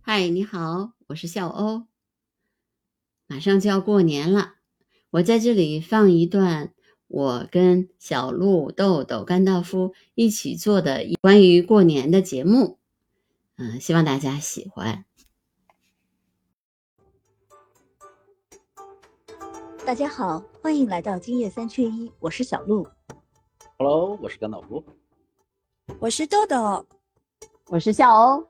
嗨，你好，我是笑欧。马上就要过年了，我在这里放一段我跟小鹿、豆豆、甘道夫一起做的一关于过年的节目，嗯，希望大家喜欢。大家好，欢迎来到今夜三缺一，我是小鹿， Hello，我是甘道夫。我是豆豆。我是笑欧，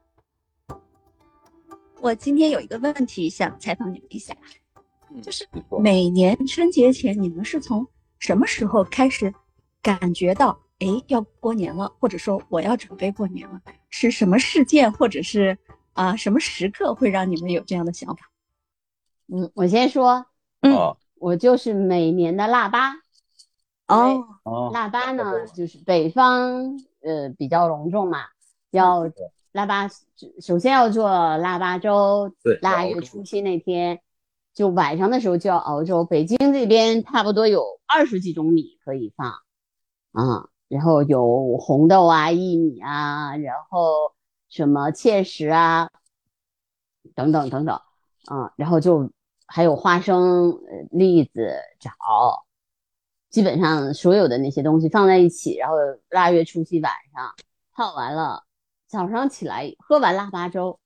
我今天有一个问题想采访你们一下，嗯就是你说每年春节前你们是从什么时候开始感觉到，哎，要过年了，或者说我要准备过年了？是什么事件，或者是啊、什么时刻会让你们有这样的想法？嗯，我先说，嗯哦我就是每年的腊八。哦，哦，腊八呢哦，就是北方呃比较隆重嘛，要腊八，首先要做腊八粥对，腊要月熬粥初七那天，就晚上的时候就要熬粥。北京这边差不多有二十几种米可以放，啊，然后有红豆啊、薏米啊，然后什么芡实啊，等等等等，啊，然后就还有花生、呃栗子、枣，基本上所有的那些东西放在一起，然后腊月初七晚上泡完了，早上起来喝完腊八粥，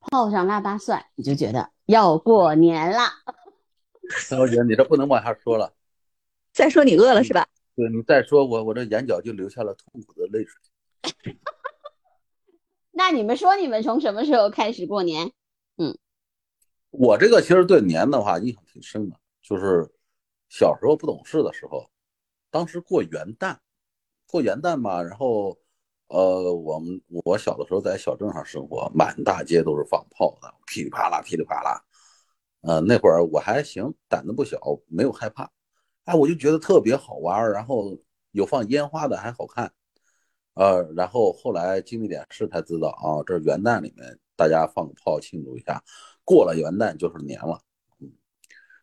泡上腊八蒜，你就觉得要过年啦。三我觉得你这不能往下说了，再说你饿了是吧？对你再说我，我这眼角就流下了痛苦的泪水。那你们说你们从什么时候开始过年？我这个其实对年的话印象挺深的，就是小时候不懂事的时候，当时过元旦，过元旦嘛，然后呃，我们我小的时候在小镇上生活，满大街都是放炮的，噼里啪啦，噼里啪啦。呃，那会儿我还行，胆子不小，没有害怕，哎，我就觉得特别好玩儿，然后有放烟花的还好看，呃，然后后来经历点事才知道啊，这元旦里面大家放个炮庆祝一下，过了元旦就是年了。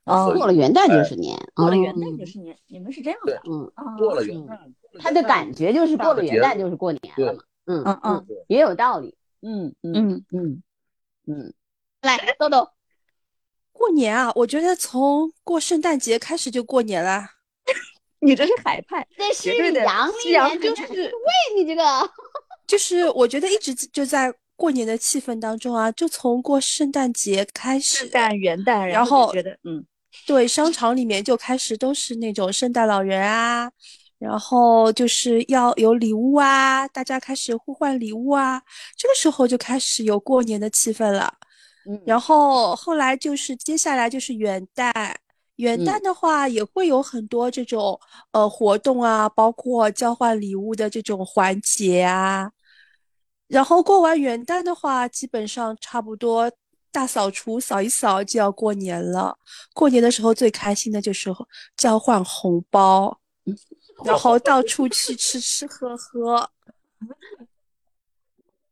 哦所以过了元旦就是年，呃过哦了元旦哦就是你，你们是这样对的嗯，啊？过了元旦，过了他的元旦感觉就是过了元大的节旦日就是过年了嘛。嗯嗯嗯也有道理。嗯嗯嗯，嗯嗯，来，豆豆，过年啊，我觉得从过圣诞节开始就过年啦。你这是海派，这是绝对的阳是历阳年历就是为你这 个。就是我觉得一直就在过年的气氛当中啊，就从过圣诞节开始圣，诞、元旦，然后就后觉得嗯，对，商场里面就开始都是那种圣诞老人啊，然后就是要有礼物啊，大家开始互换礼物啊，这个时候就开始有过年的气氛了。嗯然后后来就是接下来就是元旦，元嗯旦的话也会有很多这种呃活动啊，包括交换礼物的这种环节啊。然后过完元旦的话，基本上差不多大扫除扫一扫就要过年了。过年的时候最开心的就是交换红包，嗯然后到处去吃吃喝喝。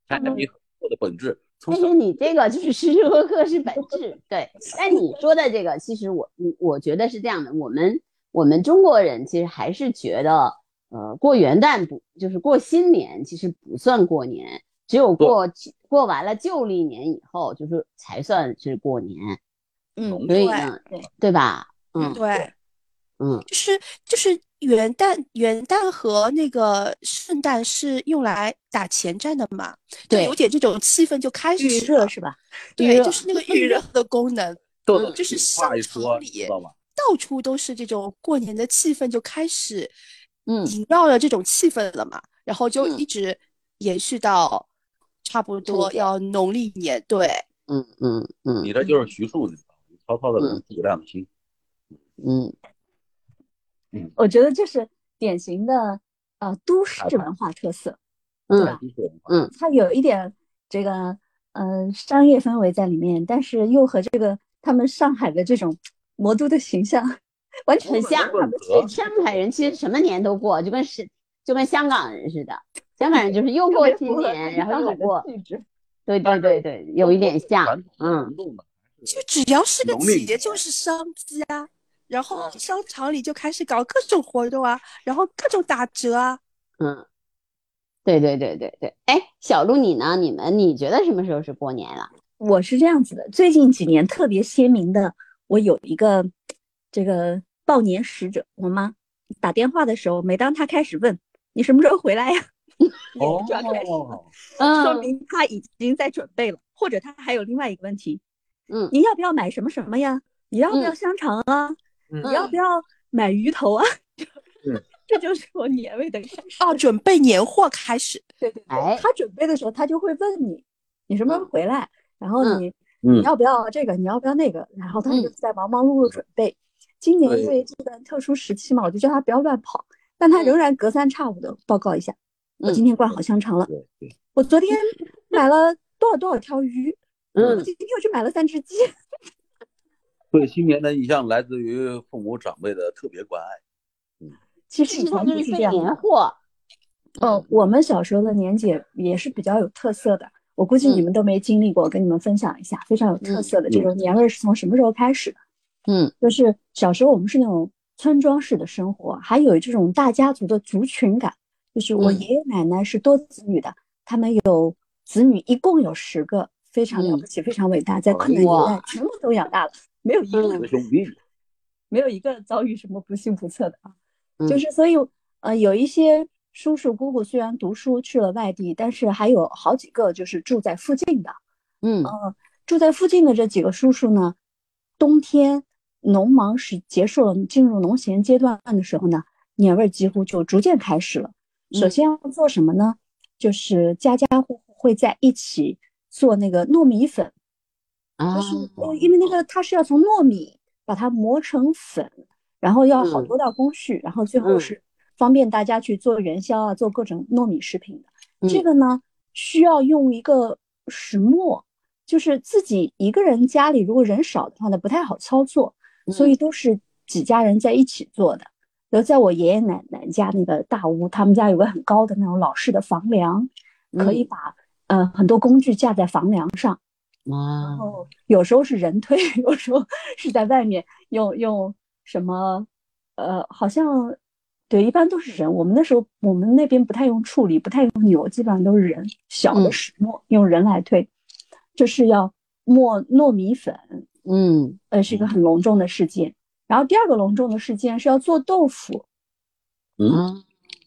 还没过的本质，从但小是你这个就是时时刻刻是本质， 对。但你说的这个，其实我我我觉得是这样的，我们我们中国人其实还是觉得，呃，过元旦不就是过新年，其实不算过年，只有过过完了旧历年以后，就是才算是过年，嗯，所以呢，对对吧？嗯对，嗯，就是就是元旦元旦和那个圣诞是用来打前站的嘛，就对有点这种气氛就开始预热了是吧？预对，热就是那个预热的功能，豆嗯豆就是话一商场说，你里知道吗？到处都是这种过年的气氛就开始，嗯萦绕着这种气氛了嘛，然后就嗯一直延续到差不多春节要农历年，对，嗯嗯嗯你这就是徐庶，你知道吗？曹操的人，诸葛亮的心。嗯，我觉得这是典型的呃都市海派文化特色，嗯对吧？的确文化它有一点这个呃商业氛围在里面，但是又和这个他们上海的这种魔都的形象完全很像他们文革上海人其实什么年都过，就跟是就跟香港人似的，香港人就是又过特别新符合年，然后上又海的过。气质对对对对，有一点像传，统嗯劳动的就只要是个农历节年就是商机啊，然后商场里就开始搞各种活动啊，然后各种打折啊，嗯，对对对对对。哎，小鹿你呢？你们你觉得什么时候是过年了？我是这样子的，最近几年特别鲜明的，我有一个这个报年使者，我妈打电话的时候，每当她开始问你什么时候回来呀、哦，就要开始说嗯明她已经在准备了，或者她还有另外一个问题，嗯你要不要买什么什么呀？你要不要嗯香肠啊？嗯你要不要买鱼头啊？ 嗯这就是我年味的开始。啊，准备年货开始，对对哎他准备的时候，他就会问你，你什么时候回来？然后嗯你、嗯你要不要这个？你要不要那个？然后他就嗯在忙忙碌碌准备。今年对因为这段特殊时期嘛，我就叫他不要乱跑，但嗯他仍然隔三差五的报告一下，我今天灌好香肠了，对对，我昨天买了多少多少条鱼，我嗯今天又去买了三只鸡。对新年的印象来自于父母长辈的特别关爱。其实实以际前上不就是是这备样的，年货，哦，我们小时候的年节也是比较有特色的，我估计你嗯们都没经历过，我跟你们分享一下，非常有特嗯色的这嗯种年味儿是从什么时候开始的？嗯就是小时候我们是那种村庄式的生活，还有这种大家族的族群感，就是我嗯爷爷奶奶是多子女的，他们有子女一共有十个，非常了嗯不起，非常伟大，在困难年哇代全部都养大了，没有一个嗯这兄弟，没有一个遭遇什么不幸不测的啊。嗯就是所以，呃，有一些叔叔姑姑虽然读书去了外地，但是还有好几个就是住在附近的。嗯哦住在附近的这几个叔叔呢，冬天农忙时结束了，进入农闲阶段的时候呢，年味儿几乎就逐渐开始了。首嗯先要做什么呢？就是家家户户会在一起做那个糯米粉，啊就是呃因为那个它是要从糯米把它磨成粉，然后要好嗯多道工序，然后最后嗯是方便大家去做元宵啊，做各种糯米食品的。这嗯个呢，需要用一个石磨，就是自己一个人家里如果人少的话呢，不太好操作，所嗯以都是几家人在一起做的。然后在我爷爷奶奶家那个大屋，他们家有个很高的那种老式的房梁，可嗯以把、呃很多工具架在房梁上。啊哦，有时候是人推， 有时候是在外面用用什么，呃，好像对，一般都是人。我们那时候我们那边不太用处理，不太用牛，基本上都是人，小的嗯石磨、用人来推，这是要磨糯米粉，嗯呃，是一个很隆重的事件。然后第二个隆重的事件是要做豆腐，嗯啊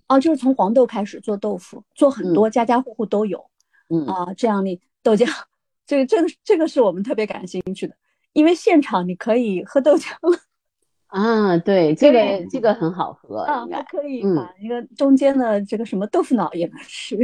哦，就是从黄豆开始做豆腐，做很嗯多，家家户户都有。嗯啊，这样的豆浆，这个这个这个是我们特别感兴趣的，因为现场你可以喝豆浆了啊，对，这个对这个很好喝，啊，应该还可以嗯把那个中间的这个什么豆腐脑也能吃，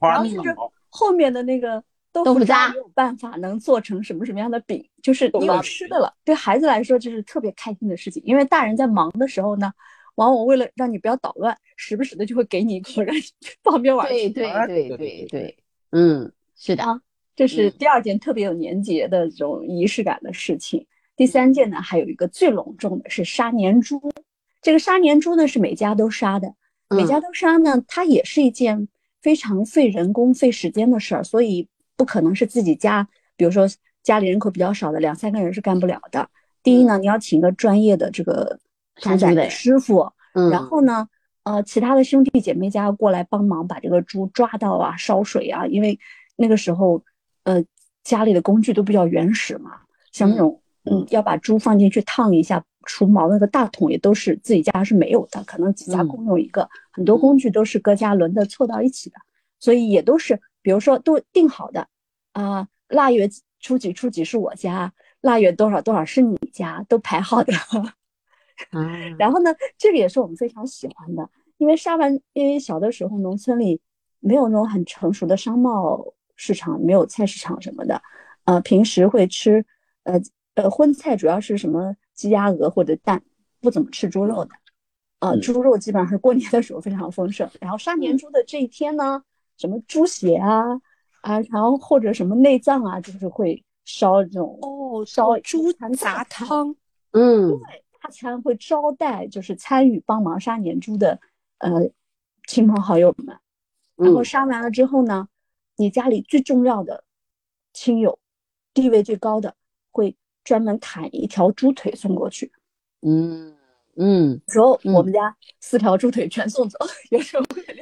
花然后米这个后面的那个豆豆腐腐渣渣没有办法能做成什么什么样的饼，就是豆你腐渣有饼吃的了，对孩子来说这是特别开心的事情，因为大人在忙的时候呢。往往为了让你不要捣乱，时不时的就会给你一口，让你去 旁边玩对去。对哎对对对对对对，嗯，是的，啊这是嗯第二件特别有年节的这种仪式感的事情。第嗯三件呢，还有一个最隆重的是杀年猪。这个杀年猪呢是每家都杀的，每家嗯都杀呢，它也是一件非常费人工、费时间的事儿，所以不可能是自己家，比如说家里人口比较少的两三个人是干不了的。第一嗯呢，你要请个专业的这个杀屠猪宰的的人师傅，嗯然后呢，呃，其他的兄弟姐妹家过来帮忙把这个猪抓到啊，烧水啊，因为那个时候，呃，家里的工具都比较原始嘛，像那种，嗯，要把猪放进去烫一下除毛那个大桶也都是自己家是没有的，可能几家嗯共用一个，很多工具都是各家轮着凑到一起的，所以也都是，比如说都定好的，啊、腊月初几初几是我家，腊月多少多少是你家，都排好的。啊然后呢，这个也是我们非常喜欢的，因为杀完，因为小的时候农村里没有那种很成熟的商贸市场，没有菜市场什么的，呃，平时会吃，呃呃，荤菜主要是什么鸡鸭鹅或者蛋，不怎么吃猪肉的，呃，嗯猪肉基本上是过年的时候非常丰盛，然后杀年猪的这一天呢，什么猪血啊啊，然后或者什么内脏啊，就是会烧这种哦，烧做猪坛杂汤。汤，嗯大餐会招待就是参与帮忙杀年猪的呃亲朋好友们。然后嗯杀完了之后呢，你家里最重要的亲友，地位最高的，会专门砍一条猪腿送过去。嗯嗯有时候嗯我们家四条 猪腿全送走，有时候这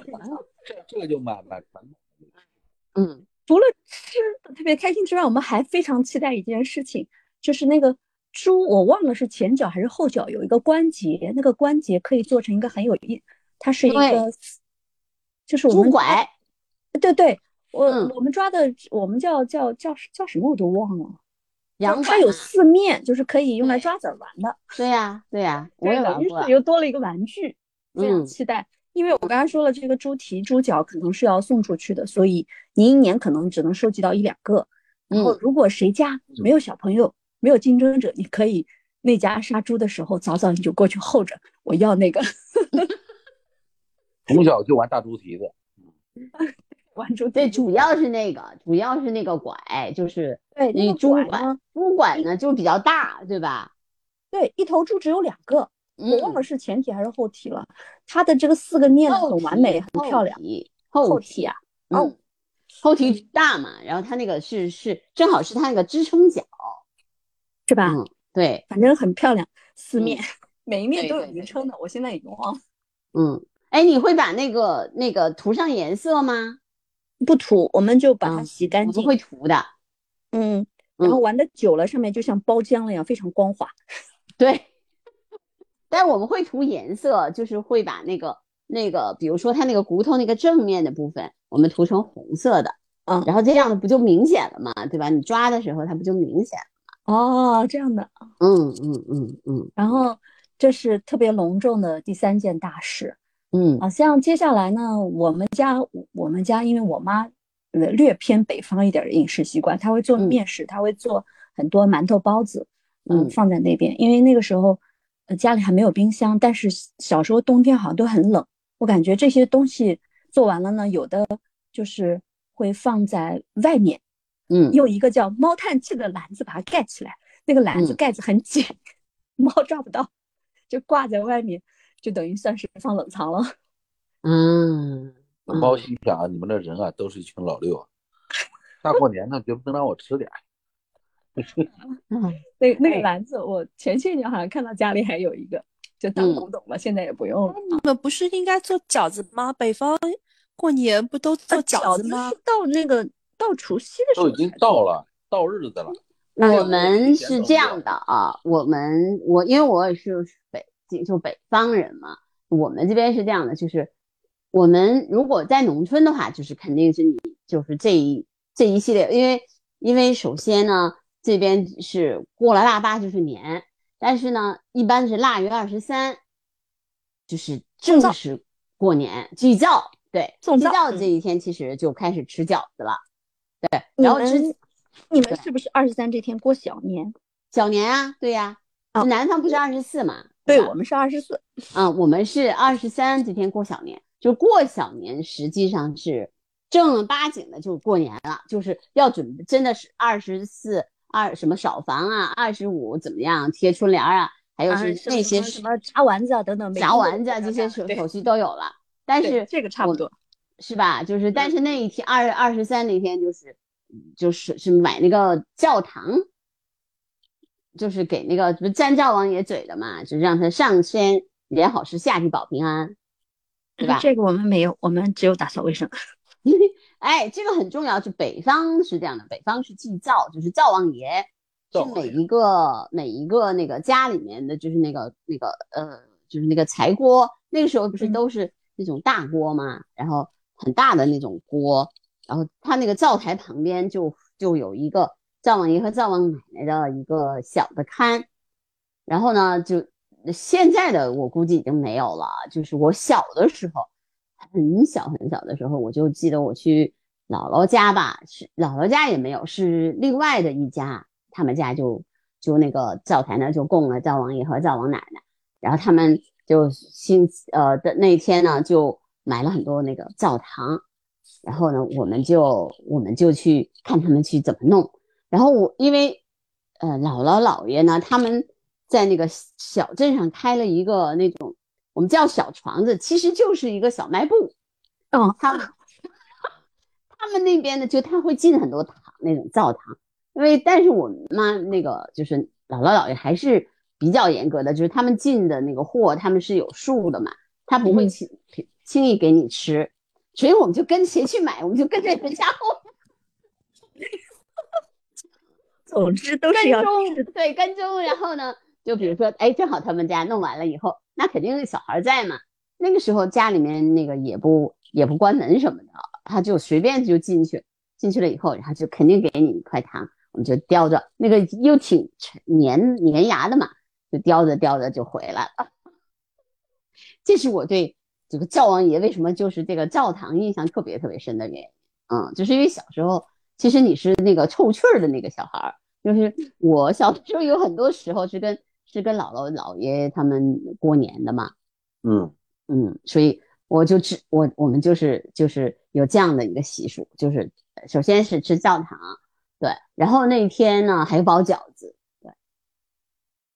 这个就蛮蛮传统的。嗯除了吃的特别开心之外，我们还非常期待一件事情，就是那个猪，我忘了是前脚还是后脚有一个关节，那个关节可以做成一个很有意，它是一个对，就是我猪们拐，对对，我、嗯我们抓的我们叫叫叫叫什么我都忘了，羊它拐有嘛，四面，就是可以用来对抓子儿玩的。对呀对呀，我对也的玩于过是，又多了一个玩具，非常嗯期待。因为我刚才说了，这个猪蹄、猪脚可能是要送出去的，所以您一年可能只能收集到一两个。然后，嗯如果谁家没有小朋友、没有竞争者，你可以那家杀猪的时候，早早你就过去候着，我要那个从小就玩大猪蹄子， 玩猪蹄。对，主要是那个，主要是那个拐，就是对那那个猪拐拐呢，猪拐呢就比较大，对吧？对，一头猪只有两个，我忘嗯了是前蹄还是后蹄了。它的这个四个面呢后很完蹄美，很漂亮。后后后蹄哦啊，哦嗯，后蹄大嘛，然后它那个是是正好是它那个支撑脚，是吧？嗯，对，反正很漂亮，四嗯面、 每一面对都有对名对称的，我现在已经忘了。嗯，哎，你会把那个那个涂上颜色吗？不涂，我们就把它嗯洗干我净们。会涂的，嗯，然后嗯玩的久了，上面就像包浆了一样，非常光滑。对，但我们会涂颜色，就是会把那个那个，比如说它那个骨头那个正面的部分，我们涂成红色的，嗯然后这样的不就明显了嘛，对吧？你抓的时候它不就明显了？哦，这样的。嗯嗯嗯嗯然后这是特别隆重的第三件大事。嗯好啊像接下来呢，我们家我们家因为我妈呃略偏北方一点的饮食习惯，她会做嗯面食，她会做很多馒头包子，嗯，嗯放在那边。因为那个时候呃家里还没有冰箱，但是小时候冬天好像都很冷，我感觉这些东西做完了呢，有的就是会放在外面，嗯，用一个叫猫探气的篮子把它盖起来，那个篮子嗯盖子很紧， 猫抓不到，就挂在外面，就等于算是放冷藏了。嗯嗯包心想啊，你们这人啊，都是一群老 六啊。大过年的，绝不能让我吃点儿。嗯那那个哎篮子，我前些年好像看到家里还有一个，就当嗯古董了，现在也不用了。啊你们不是应该做饺子吗？北方过年不都做饺呃子子吗是？到那个到除夕的时候都已经才做到，了，到日子了。我们是这样的啊，我们我因为我也是北就北方人嘛，我们这边是这样的，就是我们如果在农村的话，就是肯定是你就是这一这一系列，因为因为首先呢，这边是过了腊八就是年，但是呢，一般是腊月二十三，就是正式过年祭灶，对，送祭灶灶嗯这一天其实就开始吃饺子了，你然后之们你们对是不是二十三这天过小年？小年啊，对呀、哦南方不是二十四嘛？对吧我们是二十四，啊，我们是二十三这天过小年，就过小年实际上是正儿八经的就过年了，就是要准备，真的是二十四二什么扫房啊，二十五怎么样贴春联儿啊，还有啊是什么那什些么什么炸丸子啊等等，每炸天都丸子啊有这这些样的手对手续都有了，但对是这个差不多，嗯是吧？就是但是那一天二二十三那天就是就是是买那个教堂，就是给那个不是占灶王爷嘴的嘛，就是让他上天也好是下地保平安，对吧？这个我们没有，我们只有打扫卫生。 哎，这个很重要。就北方是这样的，北方是祭灶，就是灶王爷，灶是王每爷一个每一个那个家里面的，就是那个那个呃，就是那个柴锅。那个时候不是嗯都是那种大锅嘛，然后很大的那种锅，然后他那个灶台旁边就就有一个灶王爷和灶王奶奶的一个小的龛，然后呢，就现在的我估计已经没有了。就是我小的时候，很小很小的时候，我就记得我去姥姥家吧，是姥姥家也没有，是另外的一家，他们家就就那个灶台呢就供了灶王爷和灶王奶奶，然后他们就星呃的那天呢就买了很多那个灶糖，然后呢我们就我们就去看他们去怎么弄，然后我因为呃姥姥姥爷呢他们在那个小镇上开了一个那种我们叫小床子，其实就是一个小卖部，嗯，他们他们那边呢，就他会进很多糖那种灶糖，因为但是我妈那个就是姥姥姥爷还是比较严格的，就是他们进的那个货他们是有数的嘛，他不会嗯轻轻易给你吃，所以我们就跟谁去买，我们就跟着人家后 总之都是跟要踪吃的，对跟踪，然后呢，就比如说，哎，正好他们家弄完了以后，那肯定是小孩在嘛。那个时候家里面那个也不也不关门什么的，啊他就随便就进去，进去了以后，然后就肯定给你一块糖，我们就叼着那个又挺沉粘粘牙的嘛，就叼着叼着就回来了。这是我对这个灶王爷为什么就是这个灶堂印象特别特别深的原因，嗯，就是因为小时候其实你是那个臭趣儿的那个小孩儿。就是我小的时候有很多时候是跟是跟姥姥姥爷他们过年的嘛，嗯，嗯，所以我就吃我我们就是就是有这样的一个习俗，就是呃首先是吃教堂，对，然后那天呢还包饺子，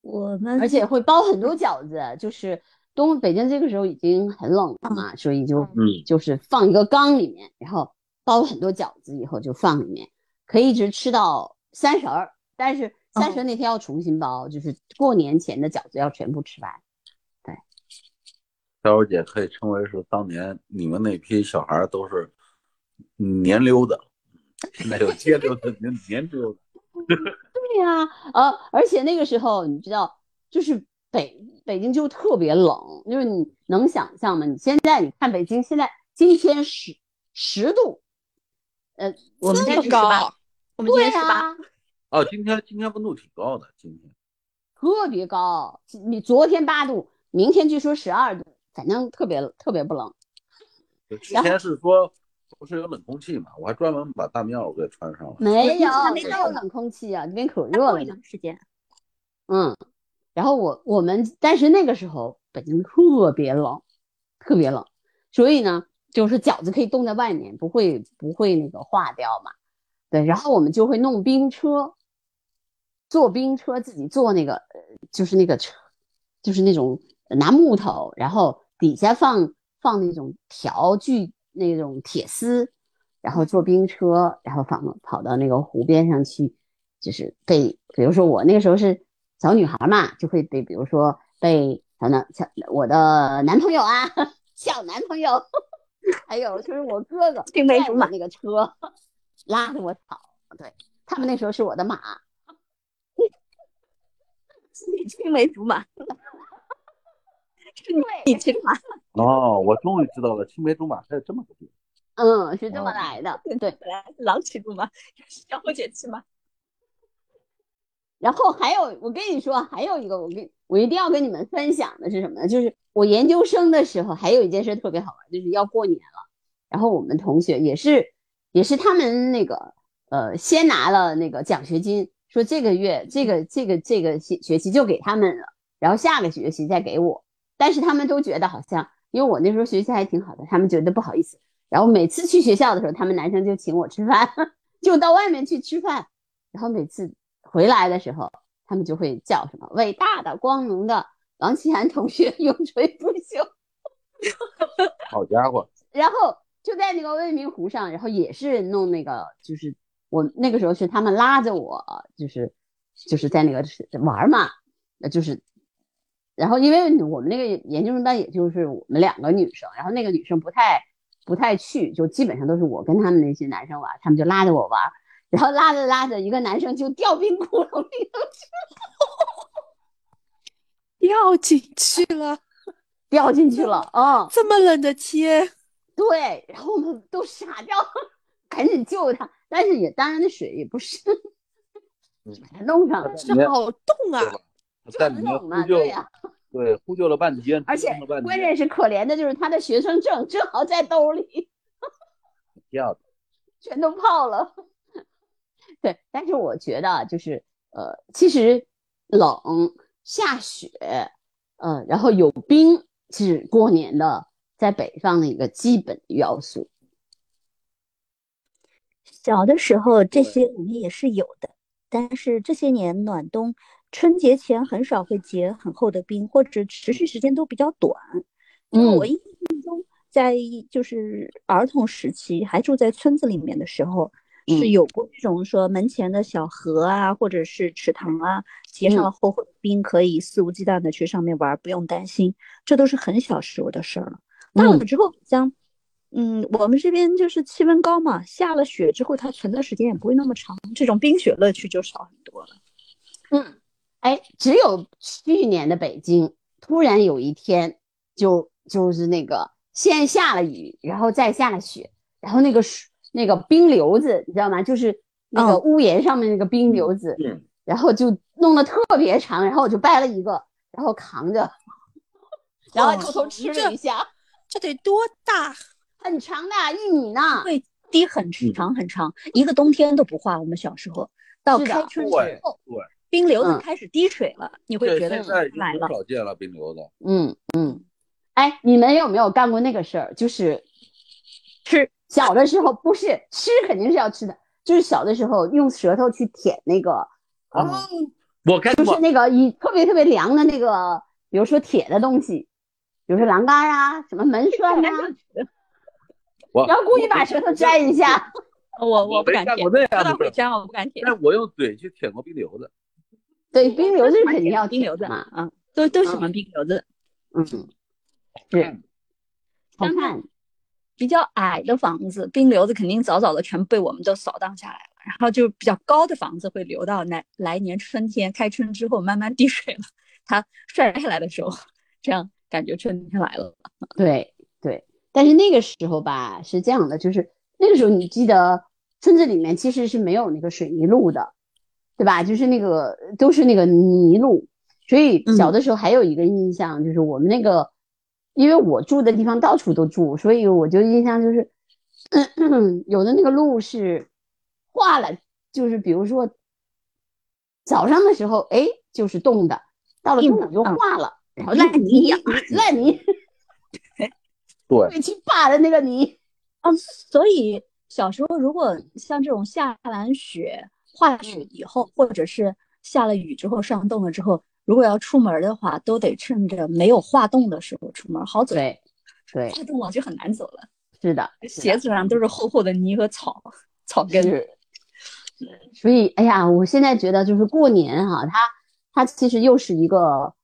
我们而且会包很多饺子，就是东北京这个时候已经很冷了嘛，所以就嗯就是放一个缸里面，然后包很多饺子以后就放里面，可以一直吃到三十儿，但是三哦十儿那天要重新包，就是过年前的饺子要全部吃完。小姐可以称为是当年你们那批小孩儿都是年溜的，现在有街溜的，年年溜的。对呀、呃，而且那个时候你知道，就是北北京就特别冷，就是你能想象吗？你现在你看北京现在今天十十度，呃，我们这现在么是18高，我们今对天是吧？啊，哦，今天今天温度挺高的，今天特别高。你昨天八度，明天据说十二度，反正特别特别不冷。之前是说不是有冷空气嘛，我还专门把大棉袄给穿上了。没有，还没没到有呢冷空气啊，这边可再热过了一呢。段时间，嗯，然后我我们但是那个时候北京特别冷，特别冷，所以呢，就是饺子可以冻在外面，不会不会那个化掉嘛。对，然后我们就会弄冰车，坐冰车自己坐那个呃，就是那个车，就是那种拿木头，然后底下放放那种条锯那种铁丝，然后坐冰车，然后跑跑到那个湖边上去，就是被，比如说我那个时候是小女孩嘛，就会被，比如说被小男小我的男朋友啊， 小男朋友， 还有就是我哥哥青梅带竹我马那个车， 拉着我跑，对他们那时候是我的马，是你青梅竹马， 是你对你青梅哦，我终于知道了，青梅竹马还有这么个地方。嗯，是这么哦来的，对。本 来是郎骑竹马，是小姐骑马，然后还有，我跟你说，还有一个，我跟我一定要跟你们分享的是什么呢？就是我研究生的时候，还有一件事特别好玩，就是要过年了。然后我们同学也是，也是他们那个呃，先拿了那个奖学金，说这个月这个这个这个学学期就给他们了，然后下个学期再给我。但是他们都觉得好像，因为我那时候学习还挺好的，他们觉得不好意思。然后每次去学校的时候，他们男生就请我吃饭， 就到外面去吃饭。然后每次回来的时候，他们就会叫什么“伟大的、光荣的王奇涵同学 永垂不朽”。好家伙，然后就在那个未名湖上，然后也是弄那个，就是我那个时候是他们拉着我，就是就是在那个玩儿嘛，呃就是，然后因为我们那个研究生班也就是我们两个女生，然后那个女生不太不太去，就基本上都是我跟他们那些男生玩，他们就拉着我玩儿，然后拉着拉着一个男生就掉冰窟窿里头掉进去了，掉进去 了，嗯。这么冷的天，对，然后我们都傻掉了，赶紧救他。但是也当然，那水也不 深，嗯就把他弄上了。这好冻啊！在里面冷呼嘛，救对，呀、对呼救了半天，而且折腾了半关键天，是可怜的就是他的学生证正好在兜里，掉的全都泡了。对，但是我觉得啊就是呃，其实冷、下雪，呃，然后有冰是过年的在北方的一个基本要素。小的时候这些我们也是有的，但是这些年暖冬，春节前很少会结很厚的冰，或者持续时间都比较短。因为我嗯印象中，在就是儿童时期还住在村子里面的时候，是嗯有过这种说门前的小河啊，或者是池塘啊，结上嗯了厚厚的冰，可以肆无忌惮的去上面玩，不用担心。这都是很小时候的事儿了。大了嗯之后，好像，嗯，我们这边就是气温高嘛，下了雪之后，它存的时间也不会那么长，这种冰雪乐趣就少很多。嗯，哎，只有去年的北京，突然有一天就就是那个先下了雨，然后再下了雪，然后那个水那个冰瘤子，你知道吗？就是那个嗯屋檐上面那个冰瘤子，嗯，然后就弄得特别长，然后我就掰了一个，然后扛着，然后偷偷吃了一下，这得多大？很长的一米呢。会滴很嗯长很长，一个冬天都不化。我们小时候到是的开春对之后，对冰瘤子嗯开始滴水了，你会这觉得现在已经来很了。少见了冰瘤子。嗯嗯，哎，你们有没有干过那个事儿？就是吃，小的时候不是吃肯定是要吃的，就是小的时候用舌头去舔那个，呃，啊我干就是过，那个一特别特别凉的那个，比如说铁的东西，比如说栏杆啊，什么门栓啊，我然后故意把舌头粘一下。 我我不没敢干舔，过那样知道的会事粘，我不敢舔。但我用嘴去舔过冰瘤子。对，冰瘤子是肯定要冰舔瘤子的嘛，啊，都都喜欢冰瘤子。嗯，是好当看，比较矮的房子，冰瘤子肯定早早的全被我们都扫荡下来了。然后就比较高的房子会留到来来年春天开春之后慢慢滴水了，它晒下来的时候，这样感觉春天来了。对对，但是那个时候吧，是这样的，就是那个时候你记得村子里面其实是没有那个水泥路的，对吧？就是那个都是那个泥路，所以嗯小的时候还有一个印象、就是我们那个，因为我住的地方到处都住，所以我就印象就是， 有的那个路是化了，就是比如说早上的时候，哎，就是冻的，到了硬中的午就嗯化了，然后烂泥一泥样烂泥。对，会去扒的那个泥。嗯，所以小时候如果像这种下完雪、化雪嗯以后，或者是下了雨之后上冻了之后，如果要出门的话，都得趁着没有化冻的时候出门，好走。对，对，化冻了就很难走了，是的，鞋子上都是厚厚的泥和草、草根。是。所以，哎呀，我现在觉得就是过年哈、它它其实又是一个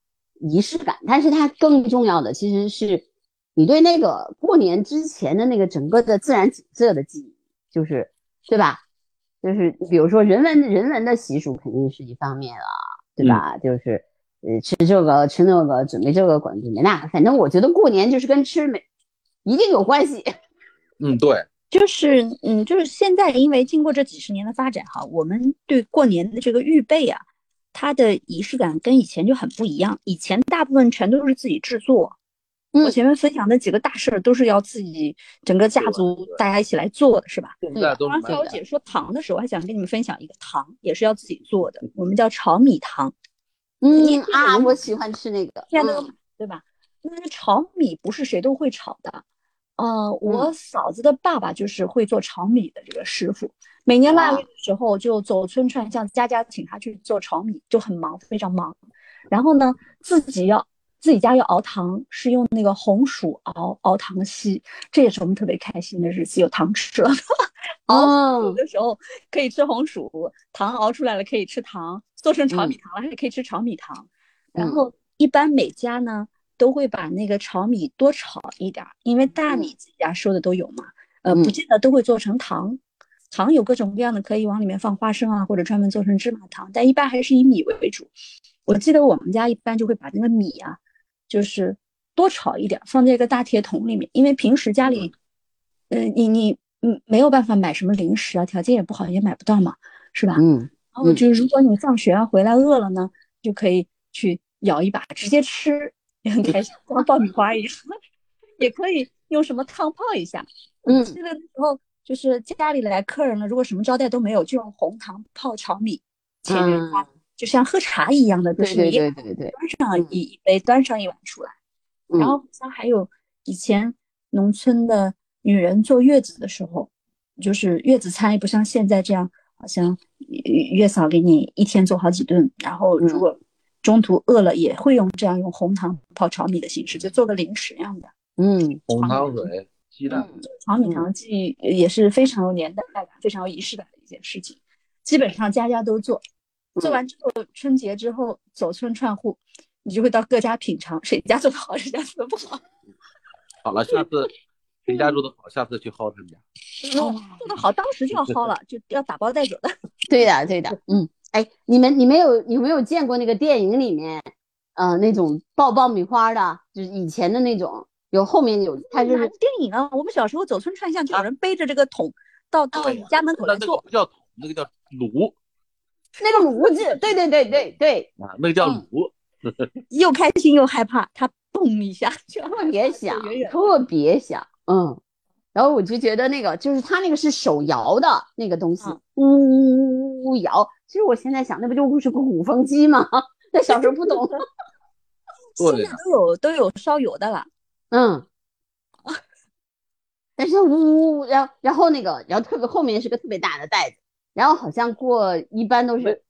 仪式感，但是它更重要的其实是你对那个过年之前的那个整个的自然景色的记忆，就是对吧？就是比如说人文人文的习俗肯定是一方面了，对吧？就是呃吃这个吃那个，准备这个管准备那个，反正我觉得过年就是跟吃没一定有关系。嗯，对，就是嗯，就是现在，因为经过这几十年的发展哈，我们对过年的这个预备啊，它的仪式感跟以前就很不一样。以前大部分全都是自己制作，嗯我前面分享的几个大事儿都是要自己整个家族大家一起来做的，是吧？现在都刚是刚买小姐说糖的时候，我还想跟你们分享一个糖，也是要自己做的，我们叫炒米糖。 嗯啊，我喜欢吃那个。现在都嗯买，对吧？那个炒米不是谁都会炒的。呃，我嫂子的爸爸就是会做炒米的这个师傅，每年腊月的时候就走村串巷，家家请他去做炒米，就很忙，非常忙。然后呢，自己要自己家要熬糖，是用那个红薯熬熬糖稀，这也是我们特别开心的日子，有糖吃了。熬哦煮，的时候可以吃红薯，糖熬出来了可以吃糖，做成炒米嗯糖了还可以吃炒米糖。然嗯后一般每家呢都会把那个炒米多炒一点儿，因为大米自己家收的都有嘛，呃，嗯不见得都会做成糖。糖有各种各样的，可以往里面放花生啊，或者专门做成芝麻糖，但一般还是以米为主。我记得我们家一般就会把那个米啊，就是多炒一点，放在一个大铁桶里面，因为平时家里，嗯、呃，你你嗯没有办法买什么零食啊，条件也不好，也买不到嘛，是吧？嗯然后就是如果你放学啊回来饿了呢，就可以去舀一把直接吃，也很开心，像爆米花一样。 也可以用什么烫泡一下。嗯记得那时候就是家里来客人了，如果什么招待都没有，就用红糖泡炒米，请人家、嗯就像喝茶一样的，就对是对你对对对，端上一一杯，端上一碗出来。嗯然后好像还有以前农村的女人坐月子的时候，就是月子餐也不像现在这样，好像呃月嫂给你一天做好几顿，然后如果中途饿了，也会用这样用红糖泡炒米的形式，就做个零食一样的。嗯红糖水、鸡蛋，嗯炒米糖记忆也是非常有年代感、非常有仪式感的一件事情，基本上家家都做。做完之后，春节之后走村串户，你就会到各家品尝谁家做的好，谁家做的不好。好了，下次谁家住的好，下次去薅他们家。做的好，当时就要薅了，就要打包带走的。对的对的，嗯，哎，你们你们有有没有见过那个电影里面，呃，那种爆爆米花的，就是以前的那种，有后面有它就哪是个电影啊？我们小时候走村串巷，就有人背着这个桶到到对呀你家门口来那那个做。不叫桶，那个叫炉那个炉子，对对对对对，啊，那个叫嗯炉。 又开心又害怕，他嘣一下就特别响远远，特别响，嗯。然后我就觉得那个就是它那个是手摇的那个东西嗯，呜呜呜呜摇。其实我现在想，那不就是个鼓风机吗？ 那小时候不懂，对现在都有都有烧油的了。嗯。但是呜呜呜，然后然后那个，然后特别后面是个特别大的袋子，然后好像过一般都是，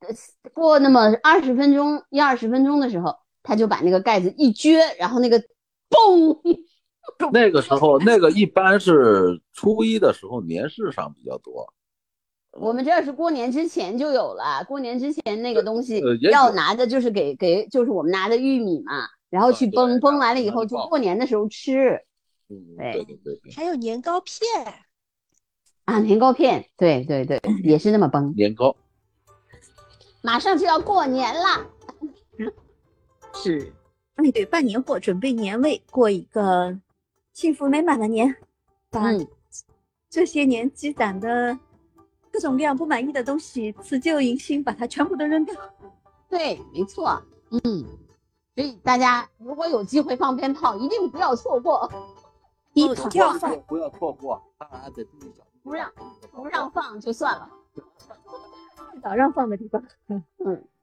呃，过那么二十分钟一二十分钟的时候，他就把那个盖子一撅，然后那个嘣，那个时候，那个一般是初一的时候，年市上比较多。我们这是过年之前就有了，过年之前那个东西呃也有要拿的就是给给，就是我们拿的玉米嘛，然后啊去对崩，然崩后完了拿以去后就爆过年的时候吃嗯，对对对对对，还有年糕片，啊，年糕片，对对对，也是那么崩。年糕。马上就要过年了，是，哎，对，办年货，准备年味，过一个幸福美满的年，把嗯，这些年积攒的各种各样不满意的东西辞旧迎新，把它全部都扔掉。对，没错，嗯，所以大家如果有机会放鞭炮，一定不要错过， 一哦桶这样放不要错过，当然还得注意小心不让不让放就算了，最 早让放的地方。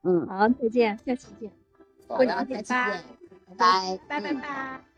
嗯，好，再见，下期见。过年好的见再吧见，拜拜，拜拜嗯拜。